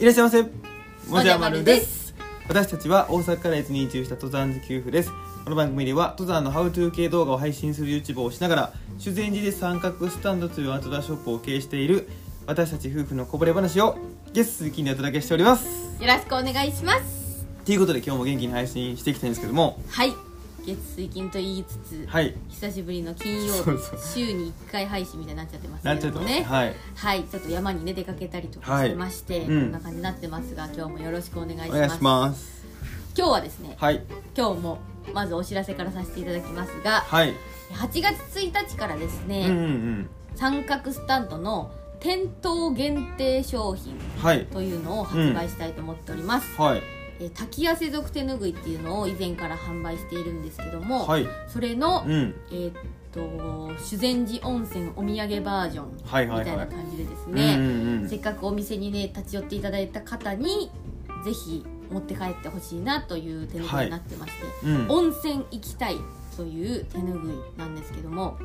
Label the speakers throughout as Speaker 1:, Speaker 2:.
Speaker 1: いらっしゃいませ
Speaker 2: もじゃまるです
Speaker 1: 私たちは大阪から越に移住した登山好き夫婦ですこの番組では登山のハウトゥー系動画を配信する YouTube をしながら修善寺で三角スタンドというアウトドアショップを経営している私たち夫婦のこぼれ話をゲストにお届けしております
Speaker 2: よろしくお願いします
Speaker 1: ということで今日も元気に配信していきたいんですけども
Speaker 2: はい月水金と言いつつ、
Speaker 1: はい
Speaker 2: 久しぶりの金曜日
Speaker 1: そうそう
Speaker 2: 週に1回配信みたいになっちゃってます
Speaker 1: な
Speaker 2: け
Speaker 1: っちゃ
Speaker 2: ど
Speaker 1: って
Speaker 2: も
Speaker 1: ます
Speaker 2: ね
Speaker 1: はい
Speaker 2: はいちょっと山にね出かけたりとかしてまして、
Speaker 1: い
Speaker 2: こ
Speaker 1: うん
Speaker 2: んな感じになってますが今日もよろしくお願いします
Speaker 1: お願いします
Speaker 2: 今日はですね
Speaker 1: はい
Speaker 2: 今日もまずお知らせからさせていただきますが
Speaker 1: はい
Speaker 2: 8月1日からです
Speaker 1: う
Speaker 2: ね、
Speaker 1: んうんうん
Speaker 2: 三角スタンドの店頭限定商品
Speaker 1: はい
Speaker 2: というのを発売したいと思っております、
Speaker 1: はい
Speaker 2: えー滝汗せ属手ぬぐいっていうのを以前から販売しているんですけども、
Speaker 1: はい
Speaker 2: それの、
Speaker 1: うん
Speaker 2: えーっと修善寺温泉お土産バージョンみ
Speaker 1: は
Speaker 2: た
Speaker 1: いはいはい
Speaker 2: いな感じでです
Speaker 1: うんう
Speaker 2: ね、
Speaker 1: ん
Speaker 2: せっかくお店にね立ち寄っていただいた方にぜひ持って帰ってほしいなという手ぬぐいになってまして、
Speaker 1: うん
Speaker 2: 温泉行きたいという手ぬぐいなんですけども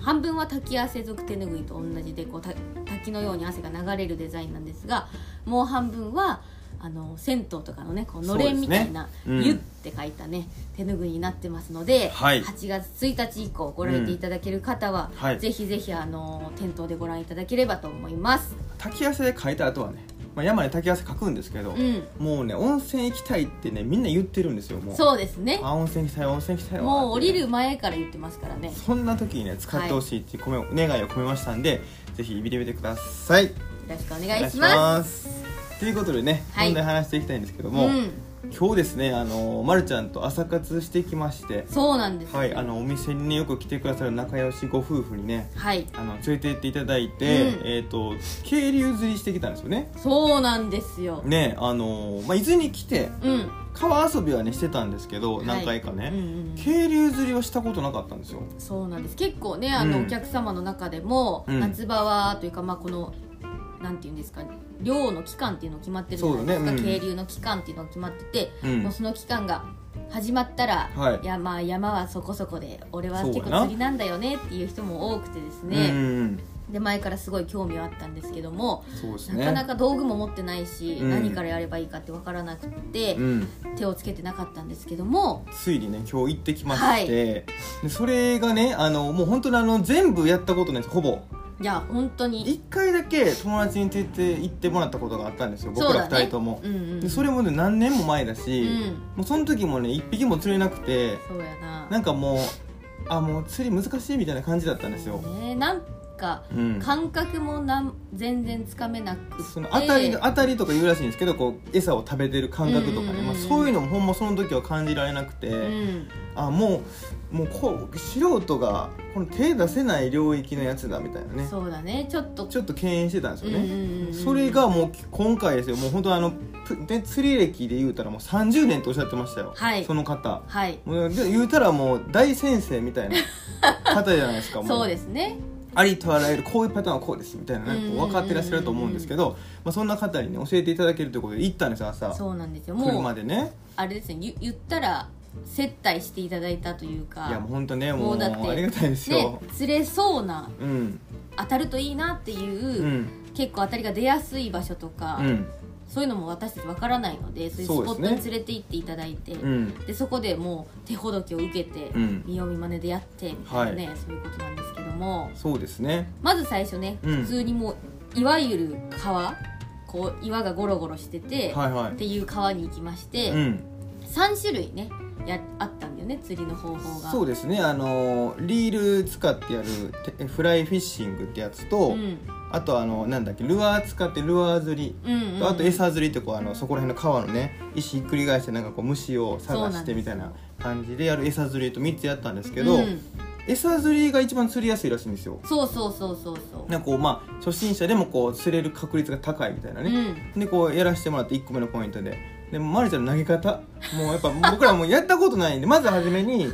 Speaker 2: 半分は滝汗族手ぬぐいと同じでこうた滝のように汗が流れるデザインなんですがもう半分はあの銭湯とかのねこうのれんみたいな「
Speaker 1: そうですねうん
Speaker 2: 湯」って書いたね手ぬぐいになってますので、
Speaker 1: はい
Speaker 2: 8月1日以降ご来店いただける方は、
Speaker 1: うんはい
Speaker 2: ぜひぜひあの店頭でご覧いただければと思います。
Speaker 1: 滝汗で書いた後はね、まあ、山で滝汗書くんですけど、
Speaker 2: うん
Speaker 1: もうね温泉行きたいってねみんな言ってるんですよもう
Speaker 2: そうですね
Speaker 1: あ温泉行きたい温泉行きたいわ
Speaker 2: もう降り
Speaker 1: っ
Speaker 2: る前から言ってますからね
Speaker 1: てそんな時にね使ってほしいっていう米を願いを込めましたんでぜひ見てみてください
Speaker 2: よろしくお願いします
Speaker 1: ということでね、
Speaker 2: はい
Speaker 1: 本題話していきたいんですけど
Speaker 2: す。
Speaker 1: も、
Speaker 2: うん
Speaker 1: 今日ですねあの、ま、るちゃんと朝活してきまして
Speaker 2: そうなんですよ
Speaker 1: はいあのお店にねよく来てくださる仲良しご夫婦にね
Speaker 2: はい
Speaker 1: あの連れて行っていただいて、
Speaker 2: うん
Speaker 1: えっ、と渓流釣りしてきたんですよね
Speaker 2: そうなんですよ、
Speaker 1: ねあのまあ、伊豆に来て
Speaker 2: うん
Speaker 1: 川遊びはねしてたんですけど、
Speaker 2: はい
Speaker 1: 何回か
Speaker 2: うんう
Speaker 1: ね、
Speaker 2: ん
Speaker 1: 渓流釣りはしたことなかったんですよ
Speaker 2: そうなんです結構ねあの、
Speaker 1: うん
Speaker 2: お客様の中でも、
Speaker 1: うん
Speaker 2: 夏場はというかまあこのなんていうんですか漁の期間っていうの決まってるじゃないです
Speaker 1: そうだ
Speaker 2: か、
Speaker 1: ねうん
Speaker 2: 渓流の期間っていうのが決まってて、
Speaker 1: うん
Speaker 2: もうその期間が始まったら、
Speaker 1: はい
Speaker 2: やまあ、山はそこそこで俺は
Speaker 1: そうや
Speaker 2: 結
Speaker 1: な
Speaker 2: 構釣りなんだよねっていう人も多くてです
Speaker 1: うん
Speaker 2: ね、
Speaker 1: うんうん
Speaker 2: で前からすごい興味はあったんですけども、
Speaker 1: そうですね
Speaker 2: なかなか道具も持ってないし、
Speaker 1: うん
Speaker 2: 何からやればいいかって分からなくて、
Speaker 1: うん、
Speaker 2: 手をつけてなかったんですけども
Speaker 1: ついにね今日行ってきまして、でそれがねあのもう本当にあの全部やったことないですほぼ
Speaker 2: いや本当に
Speaker 1: 一回だけ友達に連れて行ってもらったことがあったんですよ僕
Speaker 2: そう
Speaker 1: ら
Speaker 2: だね
Speaker 1: 二人とも
Speaker 2: うんうんうん
Speaker 1: でそれもね何年も前だし、
Speaker 2: うん
Speaker 1: もうその時もね一匹も釣れなくて
Speaker 2: そうやな
Speaker 1: なんかもうあもう釣り難しいみたいな感じだったんですよ、
Speaker 2: ね、なんか
Speaker 1: うん、
Speaker 2: 感覚もなん全然つかめなくて
Speaker 1: その当たり当たりとか言うらしいんですけどこう餌を食べてる感覚とかね、
Speaker 2: うんうんうんうん
Speaker 1: まあ、そういうのもほんまその時は感じられなくて、
Speaker 2: うん、
Speaker 1: あもうもうこう素人がこの手出せない領域のやつだみたいなね
Speaker 2: そうだねちょっと
Speaker 1: ちょっと敬遠してたんですよね、
Speaker 2: うんうんうん
Speaker 1: それがもう今回ですよもう本当あのぷで釣り歴で言うたらもう30年とおっしゃってましたよ、
Speaker 2: はい
Speaker 1: その方
Speaker 2: はい
Speaker 1: もうで言うたらもう大先生みたいな方じゃない ですかも
Speaker 2: そうですね
Speaker 1: ありとあらゆるこういうパターンはこうですみたいなねこう分かってらっしゃると思うんですけど、まあ、そんな方にね教えていただけるということで行ったんですよ朝
Speaker 2: そうなんですよも
Speaker 1: 車
Speaker 2: う
Speaker 1: でね
Speaker 2: あれですねゆ言ったら接待していただいたというか
Speaker 1: いやもう本当ね
Speaker 2: も
Speaker 1: もう
Speaker 2: うだって
Speaker 1: ありがたいです
Speaker 2: ね
Speaker 1: よ、
Speaker 2: 釣れそうな
Speaker 1: うん
Speaker 2: 当たるといいなっていう、
Speaker 1: うん
Speaker 2: 結構当たりが出やすい場所とか、
Speaker 1: うん
Speaker 2: そういうのも私たちわからないのでそういうスポッ
Speaker 1: そう
Speaker 2: ト
Speaker 1: です
Speaker 2: に
Speaker 1: ね
Speaker 2: 連れて行っていただいて、
Speaker 1: うん
Speaker 2: でそこでもう手ほどきを受けて、
Speaker 1: うん
Speaker 2: 見よう見まねでやってみたいなね、そういうことなんですけども
Speaker 1: そうですね
Speaker 2: まず最初ね、
Speaker 1: うん
Speaker 2: 普通にもういわゆる川こう岩がゴロゴロしてて、
Speaker 1: はいは
Speaker 2: っていう川に行きまして、
Speaker 1: いうん
Speaker 2: 3種類ねやあったんだよね釣りの方法が
Speaker 1: そうですねあのリール使ってやるてフライフィッシングってやつと、
Speaker 2: うん
Speaker 1: あとあのなんだっけルアー使ってルアー釣り、
Speaker 2: うんうん、
Speaker 1: あと餌釣りってこうあのそこら辺の川のね石ひっくり返してなんかこう虫を探してみたいな感じでやる餌釣りと3つやったんですけど、
Speaker 2: うん
Speaker 1: 餌釣りが一番釣りやすいらしいんですよ
Speaker 2: そうそうそうそうそう
Speaker 1: なんかこうまあ初心者でもこう釣れる確率が高いみたいなね、
Speaker 2: うん
Speaker 1: でこうやらせてもらって1個目のポイントで。でもまるちゃんの投げ方もうやっぱ 僕らもやったことないんでまずはじめ に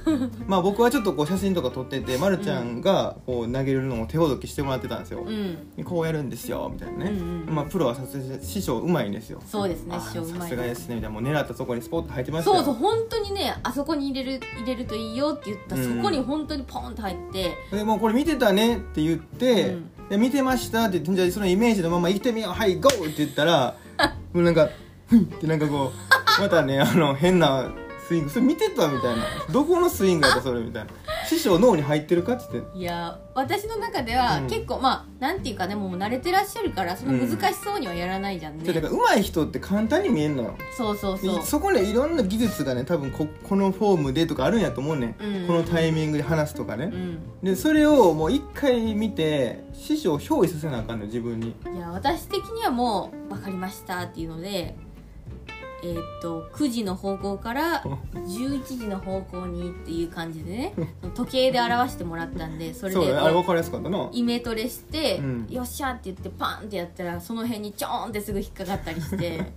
Speaker 1: まあ僕はちょっとこう写真とか撮っててまるちゃんがこう投げるのを手ほどきしてもらってたんですよ、
Speaker 2: うん
Speaker 1: でこうやるんですよみたいなね、
Speaker 2: うんうん
Speaker 1: まあプロはさすが師匠うまいんですよ
Speaker 2: そうですね
Speaker 1: あ
Speaker 2: 師匠う
Speaker 1: さ
Speaker 2: まい
Speaker 1: すがですねみたいなもう狙ったとこにスポッと入ってましたよ
Speaker 2: そうそう本当にねあそこに入れる入れるといいよって言った、
Speaker 1: うん
Speaker 2: そこに本当にポンと入って
Speaker 1: でもうこれ見てたねって言って、
Speaker 2: うん
Speaker 1: で見てましたって言ってじゃあそのイメージのまま行ってみようはいゴーって言ったらもうなんかふんってなんかこうまたねあの変なスイングそれ見てたみたいなどこのスイングやったそれみたいな師匠脳に入ってるかっつって
Speaker 2: いや私の中では
Speaker 1: うん
Speaker 2: 結構、まあなんていうかねもう慣れてらっしゃるからその難しそうにはやらないじゃんね、
Speaker 1: そうだから上手い人って簡単に見えるのよ
Speaker 2: そうそう
Speaker 1: で
Speaker 2: そう
Speaker 1: そこねいろんな技術がね多分ここのフォームでとかあるんやと思うね、
Speaker 2: うん
Speaker 1: ん、このタイミングで話すとかね、
Speaker 2: うん
Speaker 1: でそれをもう一回見て師匠を憑依させなあかんのよ自分に
Speaker 2: いや私的にはもう分かりましたっていうのでえーっと9時の方向から11時の方向にっていう感じで ねその時計で表してもらったんでそれ
Speaker 1: そう
Speaker 2: で
Speaker 1: だねあれ分かりやすかったな
Speaker 2: イメトレして、
Speaker 1: うん
Speaker 2: よっしゃって言ってパンってやったらその辺にちょーんってすぐ引っかかったりして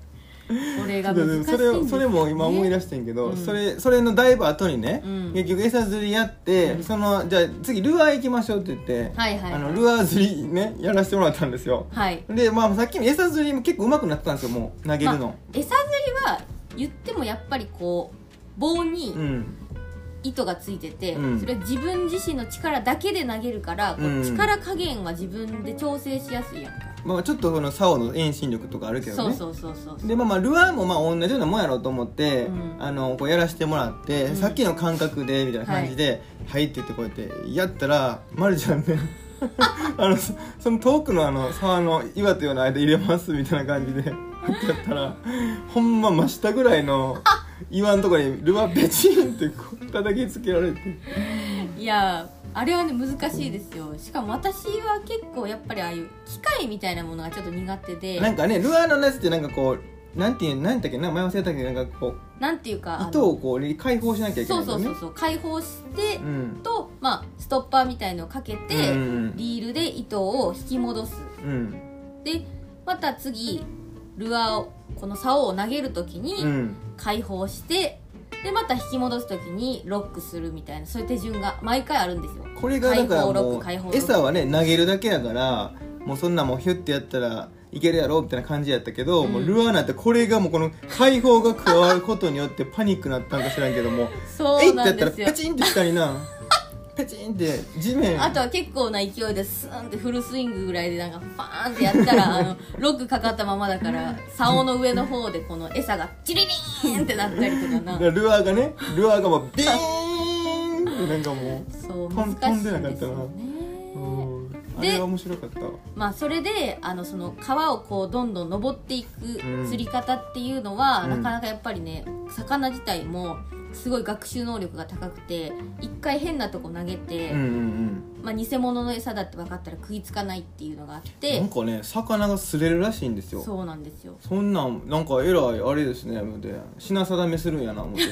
Speaker 2: それが
Speaker 1: そう
Speaker 2: 難しい
Speaker 1: そ
Speaker 2: ん
Speaker 1: うそ
Speaker 2: です
Speaker 1: れをそれも今思い
Speaker 2: し
Speaker 1: 出してんけど、
Speaker 2: うん
Speaker 1: それそれのだいぶ後にね、
Speaker 2: うん
Speaker 1: 結局餌釣りやって、
Speaker 2: うん
Speaker 1: そのじゃあ次ルアー行きましょうって言って、
Speaker 2: はいはい
Speaker 1: あのルアー釣りねやらせてもらったんですよ
Speaker 2: はい
Speaker 1: でまあさっきも餌釣りも結構上手くなってたんですよもう投げるの、
Speaker 2: まあ餌釣りは言ってもやっぱりこう棒に
Speaker 1: うん
Speaker 2: 糸がついてて、
Speaker 1: うん
Speaker 2: それは自分自身の力だけで投げるから、こう
Speaker 1: うん
Speaker 2: 力加減は自分で調整しやすいやんか、
Speaker 1: まあちょっとこの竿の遠心力とかあるけどね
Speaker 2: そうそうそうそうそう
Speaker 1: でまあまあルアーもまあ同じようなもんやろうと思って、
Speaker 2: うん
Speaker 1: あのこうやらせてもらって、
Speaker 2: うん
Speaker 1: さっきの感覚でみたいな感じで「はい」って言ってこうやってやったらまるちゃん ねあのそその遠くのあの沢の岩と岩の間入れますみたいな感じでやったらほんま真下ぐらいの岩のところにルアーペチンってこう叩きつけられて
Speaker 2: いやあれはね難しいですよしかも私は結構やっぱりああいう機械みたいなものがちょっと苦手で
Speaker 1: なんかねルアーのやつってなんかこうなんていうなんだっけ名前忘れたけどなんかこう
Speaker 2: なんていうかあの
Speaker 1: 糸をこう解放しなきゃいけな
Speaker 2: そう
Speaker 1: いんだよ
Speaker 2: そう
Speaker 1: ね
Speaker 2: そうそう解放して、
Speaker 1: うん
Speaker 2: と、まあ、ストッパーみたいのをかけて、
Speaker 1: うんうん
Speaker 2: リールで糸を引き戻す
Speaker 1: うん
Speaker 2: でまた次ルアーをこの竿を投げる時
Speaker 1: う
Speaker 2: に
Speaker 1: ん
Speaker 2: 解放して、でまた引き戻す時にロックするみたいなそういう手順が毎回あるんですよ
Speaker 1: これがだから
Speaker 2: 解放ロッ
Speaker 1: も
Speaker 2: ク
Speaker 1: う
Speaker 2: 解放ロック
Speaker 1: 餌はね投げるだけやからもうそんなもうヒュッてやったらいけるやろみたいな感じやったけど、
Speaker 2: うん
Speaker 1: もうルアーなんてこれがもうこの解放が加わることによってパニックなったんか知らんけどもえ
Speaker 2: そ
Speaker 1: いうって
Speaker 2: な
Speaker 1: やっ
Speaker 2: ん
Speaker 1: たら
Speaker 2: ですよ
Speaker 1: ペチンってしたりなペチンって地面
Speaker 2: あとは結構な勢いでスーンってフルスイングぐらいでなんかパーンってやっ たらあのロックかかったままだから竿の上の方でこの餌がチリリーンってなったりとか
Speaker 1: だ
Speaker 2: な
Speaker 1: からルアーがねルアーがもうビーンってなんかも
Speaker 2: そう
Speaker 1: 飛ん
Speaker 2: 難しいん
Speaker 1: 飛んでなか
Speaker 2: で
Speaker 1: っ
Speaker 2: す
Speaker 1: た
Speaker 2: よ
Speaker 1: なう、
Speaker 2: ね
Speaker 1: うんあ
Speaker 2: で
Speaker 1: れは面白かった
Speaker 2: まあそれであのその川をこうどんどん登っていく
Speaker 1: うん
Speaker 2: 釣り方っていうのは、
Speaker 1: うん
Speaker 2: なかなかやっぱりね魚自体もすごい学習能力が高くて一回変なとこ投げて、
Speaker 1: うんうん
Speaker 2: まあ、偽物の餌だって分かったら食いつかないっていうのがあっ
Speaker 1: うんな
Speaker 2: て
Speaker 1: んかね魚が擦れるらしいんですよ
Speaker 2: そうなんですよ
Speaker 1: そんなんなんかえらいあれですね思って品定めするんやな 思ってね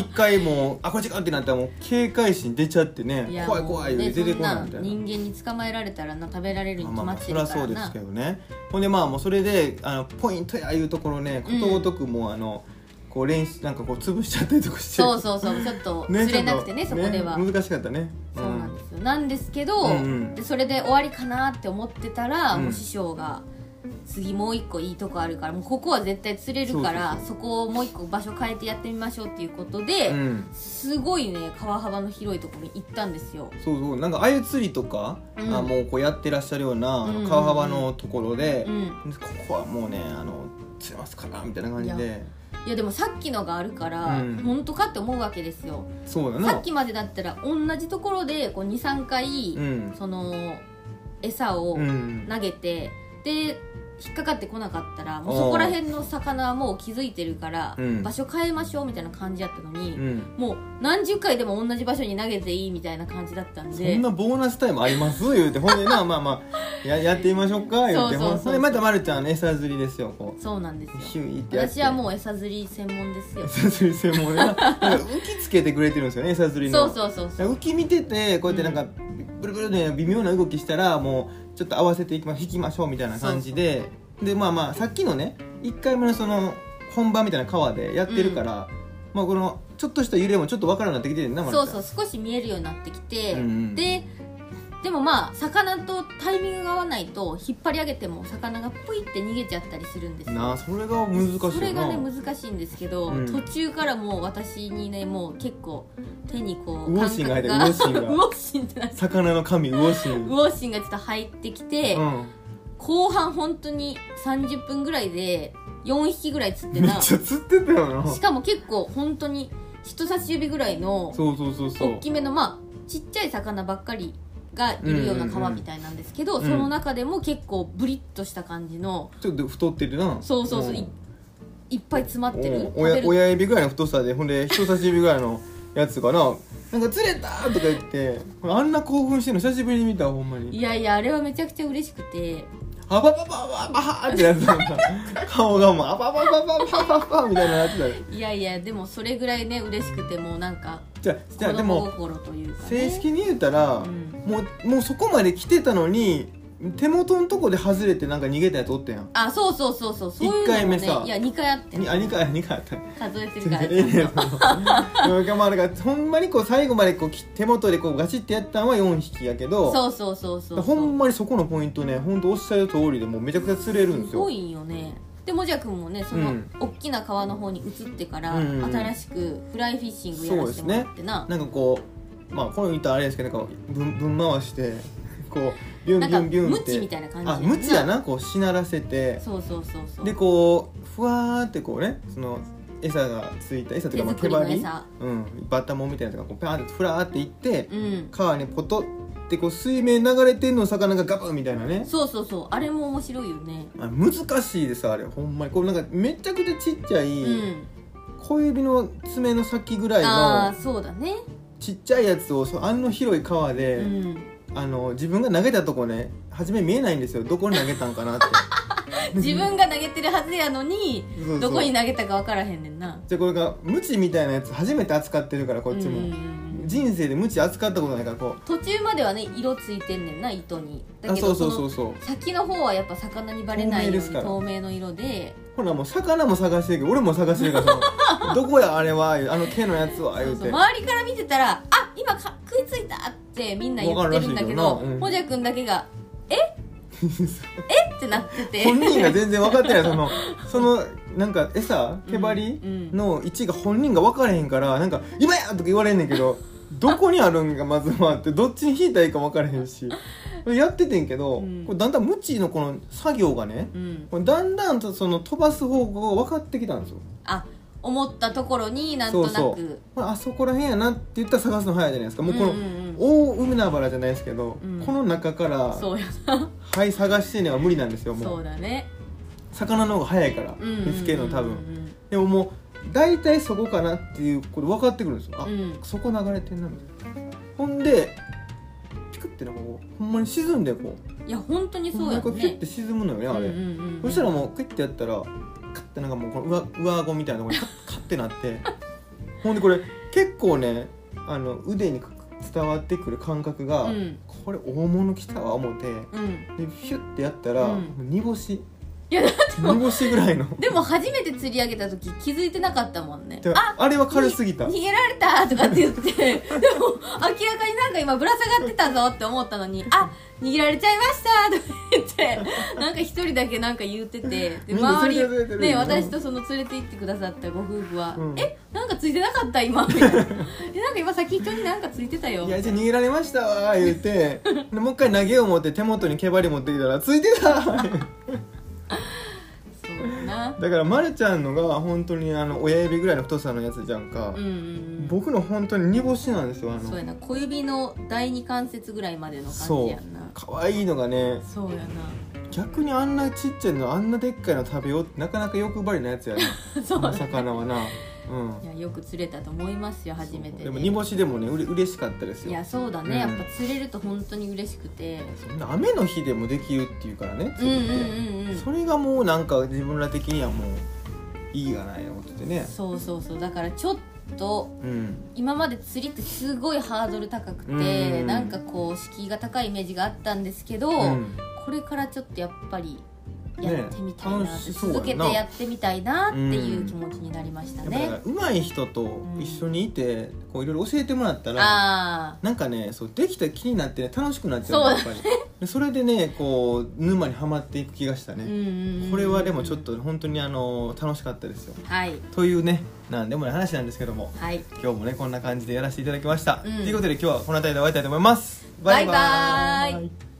Speaker 1: 一回もうあこれ違うってなったらもう警戒心出ちゃって
Speaker 2: い
Speaker 1: ね
Speaker 2: や
Speaker 1: 怖い怖い
Speaker 2: もう
Speaker 1: 言う
Speaker 2: ね
Speaker 1: て出てこない
Speaker 2: そん
Speaker 1: みた
Speaker 2: ない
Speaker 1: な
Speaker 2: 人間に捕まえられたらな食べられるに
Speaker 1: まあ
Speaker 2: 決
Speaker 1: まあまあ
Speaker 2: まって
Speaker 1: そ
Speaker 2: る
Speaker 1: り
Speaker 2: か
Speaker 1: ゃ
Speaker 2: ら
Speaker 1: そ
Speaker 2: な、
Speaker 1: うですけどねほんでまあもうそれであのポイントやいうところねことごとくもうあの、こう練習なんかこう潰しちゃったりとかして
Speaker 2: そうそうそうちょっと
Speaker 1: ね
Speaker 2: 釣れなくてね
Speaker 1: ち
Speaker 2: そ
Speaker 1: ょっ
Speaker 2: ことでは、
Speaker 1: 難しかったね
Speaker 2: そうなんですよなんですけど、
Speaker 1: うんうん
Speaker 2: でそれで終わりかなって思ってたら、
Speaker 1: うん
Speaker 2: もう師匠が次もう一個いいとこあるからもうここは絶対釣れるからそこをもう一個場所変えてやってみましょうっていうことで、
Speaker 1: うんうん
Speaker 2: すごいね川幅の広いところに行ったんですよ
Speaker 1: そうそうなんかあゆ釣りとか、
Speaker 2: うん
Speaker 1: あもうこうやってらっしゃるような、あ
Speaker 2: うんうんう
Speaker 1: の
Speaker 2: ん
Speaker 1: 川幅のところで、
Speaker 2: うん
Speaker 1: でここはもうねあの釣れますからみたいな感じ
Speaker 2: い
Speaker 1: で
Speaker 2: いやでもさっきのがあるから、
Speaker 1: うん
Speaker 2: 本当かって思うわけですよ
Speaker 1: そうだな
Speaker 2: さっきまでだったら同じところでこう23回、
Speaker 1: うん
Speaker 2: その餌を
Speaker 1: うん
Speaker 2: 投げてで引っかかってこなかったらもうそこら辺の魚はもう気づいてるから、
Speaker 1: うん
Speaker 2: 場所変えましょうみたいな感じやったのに、
Speaker 1: うん
Speaker 2: もう何十回でも同じ場所に投げていいみたいな感じだったん
Speaker 1: そ
Speaker 2: で
Speaker 1: んなボーナスタイムあります言うてほんでなまあま あややってみましょうか言うて
Speaker 2: そうそうそう
Speaker 1: ほんでまたまるちゃん餌釣りですよこ
Speaker 2: そうなんで
Speaker 1: う
Speaker 2: す
Speaker 1: ヒ
Speaker 2: よ
Speaker 1: ュイってやって
Speaker 2: 私はもう餌釣り専門ですよ
Speaker 1: 餌釣り専門でななんか浮きつけてくれてるんですよね餌釣りの
Speaker 2: そうそうそうそう
Speaker 1: 浮き見ててこうやってなんかブルブルで微妙な動きしたらもうちょっと合わせていきま引きましょうみたいな感じででまあまあさっきのね1回目のその本番みたいな川でやってるから、まあこのちょっとした揺れもちょっとわからなくなってきてるな
Speaker 2: そうそうう少し見えるようになってきて、
Speaker 1: うんうん
Speaker 2: ででもまあ魚とタイミングが合わないと引っ張り上げても魚がプイって逃げちゃったりするんですよ
Speaker 1: なあそれが難しいよな
Speaker 2: それがね難しいんですけど、
Speaker 1: うん
Speaker 2: 途中からもう私にねもう結構手にこう
Speaker 1: 魚心が入ってる
Speaker 2: 感
Speaker 1: 魚心
Speaker 2: 覚
Speaker 1: が
Speaker 2: 魚心ってなって
Speaker 1: 魚の神魚神う
Speaker 2: 魚心がちょっと入ってきて、
Speaker 1: ん
Speaker 2: 後半本当に30分ぐらいで4匹ぐらい釣って
Speaker 1: めっ
Speaker 2: な
Speaker 1: ちゃ釣ってたよな
Speaker 2: しかも結構本当に人差し指ぐらいの
Speaker 1: そうそうそうそう
Speaker 2: 大きめのまあちっちゃい魚ばっかりがいるような川みたいなんですけ
Speaker 1: うん
Speaker 2: ど、
Speaker 1: うんうん
Speaker 2: その中でも結構ブリッとした感じの
Speaker 1: ちょっと太ってるな
Speaker 2: そうそうそうい
Speaker 1: ん
Speaker 2: いっぱい詰まってる
Speaker 1: うん親
Speaker 2: 食べる
Speaker 1: 親指ぐらいの太さでほんで人差し指ぐらいのやつかななんか釣れたとか言ってあんな興奮してるの久しぶりに見たほんまに
Speaker 2: いやいやあれはめちゃくちゃ嬉しくて
Speaker 1: ハバババババハーってやつなんか顔がもうアバババババババみたいなやつだよ
Speaker 2: いやいやでもそれぐらいね嬉しくてもうなんか
Speaker 1: じゃあじゃあ
Speaker 2: 子
Speaker 1: で
Speaker 2: 供
Speaker 1: も
Speaker 2: 心というか、ね、
Speaker 1: 正式に言うたら、
Speaker 2: うん
Speaker 1: もうもうそこまで来てたのに手元のとこで外れてなんか逃げたやつおったやん
Speaker 2: あそうそうそうそうそういう
Speaker 1: 一回
Speaker 2: のも
Speaker 1: 目
Speaker 2: ね
Speaker 1: さ
Speaker 2: いや2回あって
Speaker 1: にあ2回2回あった
Speaker 2: 数えてるから
Speaker 1: ええねんそのなんかまあなんかほんまにこう最後までこうき手元でこうガチってやったんは4匹やけど
Speaker 2: そうそうそうそうそう
Speaker 1: ほんまにそこのポイントねほんとおっしゃる通りでもうめちゃくちゃ釣れるんです
Speaker 2: す
Speaker 1: よ
Speaker 2: ごいよねでもじゃくんもねそうの
Speaker 1: ん
Speaker 2: 大きな川の方に移ってから、
Speaker 1: うんうん
Speaker 2: 新しくフライフィッシングやらせてもらってな、
Speaker 1: なんかこうまあこの歌あれですけどなんかぶんぶん回 してこうビュン
Speaker 2: なん
Speaker 1: ビュンビュ
Speaker 2: か
Speaker 1: ン
Speaker 2: ム
Speaker 1: って
Speaker 2: チみたいな感じ
Speaker 1: あムチやなこうしならせて
Speaker 2: そうそうそうそう
Speaker 1: でこうふわーってこうねその餌がついた餌というかまあ
Speaker 2: 手作りの餌
Speaker 1: うん、バッタモンみたいなのがこうパーンってふらーっていって
Speaker 2: うん
Speaker 1: 川にポトってこう水面流れてんの魚がガブンみたいなね
Speaker 2: そうそうそうあれも面白いよね
Speaker 1: あ難しいですあれほんまにこうなんかめちゃくちゃちっちゃい、
Speaker 2: うん
Speaker 1: 小指の爪の先ぐらい
Speaker 2: あ
Speaker 1: の
Speaker 2: あそうだね
Speaker 1: ちっちゃいやつをそうあの広い川で、
Speaker 2: うん
Speaker 1: あの自分が投げたとこね初め見えないんですよどこに投げたんかなって
Speaker 2: 自分が投げてるはずやのに
Speaker 1: そうそう
Speaker 2: どこに投げたか分からへんねんな
Speaker 1: じゃあこれがムチみたいなやつ初めて扱ってるからこっちも、
Speaker 2: うんうんうん
Speaker 1: 人生でムチ扱ったことないからこ
Speaker 2: 途中まではね色ついてんねんな糸に
Speaker 1: うあそうそうそう
Speaker 2: の
Speaker 1: そう
Speaker 2: 先の方はやっぱ魚にバレないよう
Speaker 1: 透明で
Speaker 2: に
Speaker 1: すから
Speaker 2: 透明の色で
Speaker 1: ほらもう魚も探してるけど俺も探してるからそ のどこやあれはあの毛のやつは
Speaker 2: そ
Speaker 1: 言
Speaker 2: う
Speaker 1: う
Speaker 2: そう
Speaker 1: て
Speaker 2: 周りから見てたら「あ今か食いついた!」ってみんな言ってるんだけ
Speaker 1: わか
Speaker 2: ど
Speaker 1: るらしいけどなうん
Speaker 2: もじゃくんだけが「 ええっ?」てなってて
Speaker 1: 本人が全然分かって ないそのそのなんか餌毛針
Speaker 2: うんうん
Speaker 1: の位置が本人が分からへんからなんか「今や!」とか言われんねんけどどこにあるんがまずはあってどっちに引いたらいいか分からへんしやっててんけど、
Speaker 2: うん
Speaker 1: これだんだん無知のこの作業がね
Speaker 2: うん、
Speaker 1: これだんだんとその飛ばす方向が分かってきたんですよ。
Speaker 2: あ思ったところになんとなく
Speaker 1: そうそうまあ、あそこら辺やなって言ったら探すの早いじゃないですかもうこの、
Speaker 2: うんうんうん
Speaker 1: 大海原じゃないですけど、
Speaker 2: うん
Speaker 1: この中から「
Speaker 2: そうや
Speaker 1: はい探してね」は無理なんですよも
Speaker 2: そううだね、
Speaker 1: 魚の方が早いから
Speaker 2: うんうんうんうん
Speaker 1: 見つけるの多分。でももう大体そこかなっていうこれ分かってくるんですよあ、
Speaker 2: うん
Speaker 1: そこ流れてんなみたいなほんでピクってなんかこうほんまに沈んでこう
Speaker 2: いや本当に
Speaker 1: ほ
Speaker 2: そ
Speaker 1: ん
Speaker 2: う
Speaker 1: ま
Speaker 2: や
Speaker 1: に
Speaker 2: ね
Speaker 1: こうピュッて沈むのよねあれ、
Speaker 2: うんうんうんうん
Speaker 1: そしたらもうクイッてやったらカッてなんかもうこの上上顎みたいなところにカッカッてな ってほんでこれ結構ねあの腕に伝わってくる感覚が、
Speaker 2: うん
Speaker 1: これ大物来たわ思って
Speaker 2: うん
Speaker 1: でヒュッてやったら、
Speaker 2: うん
Speaker 1: もう煮干し
Speaker 2: いやだっても
Speaker 1: 煮
Speaker 2: う
Speaker 1: 干しぐらいの
Speaker 2: でも初めて釣り上げた時気づいてなかったもんね
Speaker 1: であれは軽すぎた
Speaker 2: 逃げられたとかって言っ てでも明らかになんか今ぶら下がってたぞって思ったのにあ逃げられちゃいましたとか言ってなんか一人だけなんか言っててで
Speaker 1: みんな
Speaker 2: 周
Speaker 1: 連れてる連れてる
Speaker 2: り、ね、私とその連れて行ってくださったご夫婦は「
Speaker 1: うん
Speaker 2: えなんかついてなかっ た今」みたいなえ「なんか今先人になんかついてたよ」
Speaker 1: いやじゃあ逃げられましたわー言うてでもう一回投げよう思って手元に毛針持ってきたらついてただ
Speaker 2: そうだな
Speaker 1: からまるちゃんのが本当にあの親指ぐらいの太さのやつじゃんか、
Speaker 2: うんうんうん
Speaker 1: 僕の本当に煮干しなんですよあ
Speaker 2: そうや
Speaker 1: の
Speaker 2: な小指の第二関節ぐらいまでの感じやんな
Speaker 1: 可愛いのがね
Speaker 2: そうや
Speaker 1: 逆にあんなちっちゃいのあんなでっかいの食べようってなかなか欲張りなやつやね
Speaker 2: な そうだ
Speaker 1: 魚はなうん
Speaker 2: いやよく釣れたと思いますよ初めてね
Speaker 1: でも煮干しでもねうれ嬉しかったです
Speaker 2: い
Speaker 1: よ
Speaker 2: やそうだね、
Speaker 1: うん
Speaker 2: やっぱ釣れると本当に嬉しくて
Speaker 1: そんな雨の日でもできるっていうからね
Speaker 2: うん
Speaker 1: 釣
Speaker 2: うん
Speaker 1: りって、
Speaker 2: うんうん
Speaker 1: それがもうなんか自分ら的にはもういいがないのってね
Speaker 2: そうそうそうだからちょっと
Speaker 1: うん
Speaker 2: 今まで釣りってすごいハードル高くて、
Speaker 1: うん
Speaker 2: なんかこう敷居が高いイメージがあったんですけど、
Speaker 1: うん
Speaker 2: これからちょっとやっぱりやってみたい
Speaker 1: ね
Speaker 2: な
Speaker 1: 楽
Speaker 2: って、
Speaker 1: しそうやな
Speaker 2: 続けてやってみたいなっていう気持ちになりました
Speaker 1: やっぱだか
Speaker 2: ね
Speaker 1: ら、上手い人と一緒にいてこういろいろ教えてもらったら
Speaker 2: あ
Speaker 1: なんかねそうできた気になってね楽しくなっちゃ
Speaker 2: そう
Speaker 1: う
Speaker 2: だ
Speaker 1: やっぱりでそれでねこう沼にはまっていく気がした
Speaker 2: あ、
Speaker 1: ね
Speaker 2: ん
Speaker 1: これはでもちょっと本当にあの楽しかったですよ
Speaker 2: はい
Speaker 1: というねなんでもない話なんですけども
Speaker 2: はい
Speaker 1: 今日もねこんな感じでやらせていただきました
Speaker 2: うん
Speaker 1: ということで今日はこの辺りで終わりたいと思います
Speaker 2: バイバーイ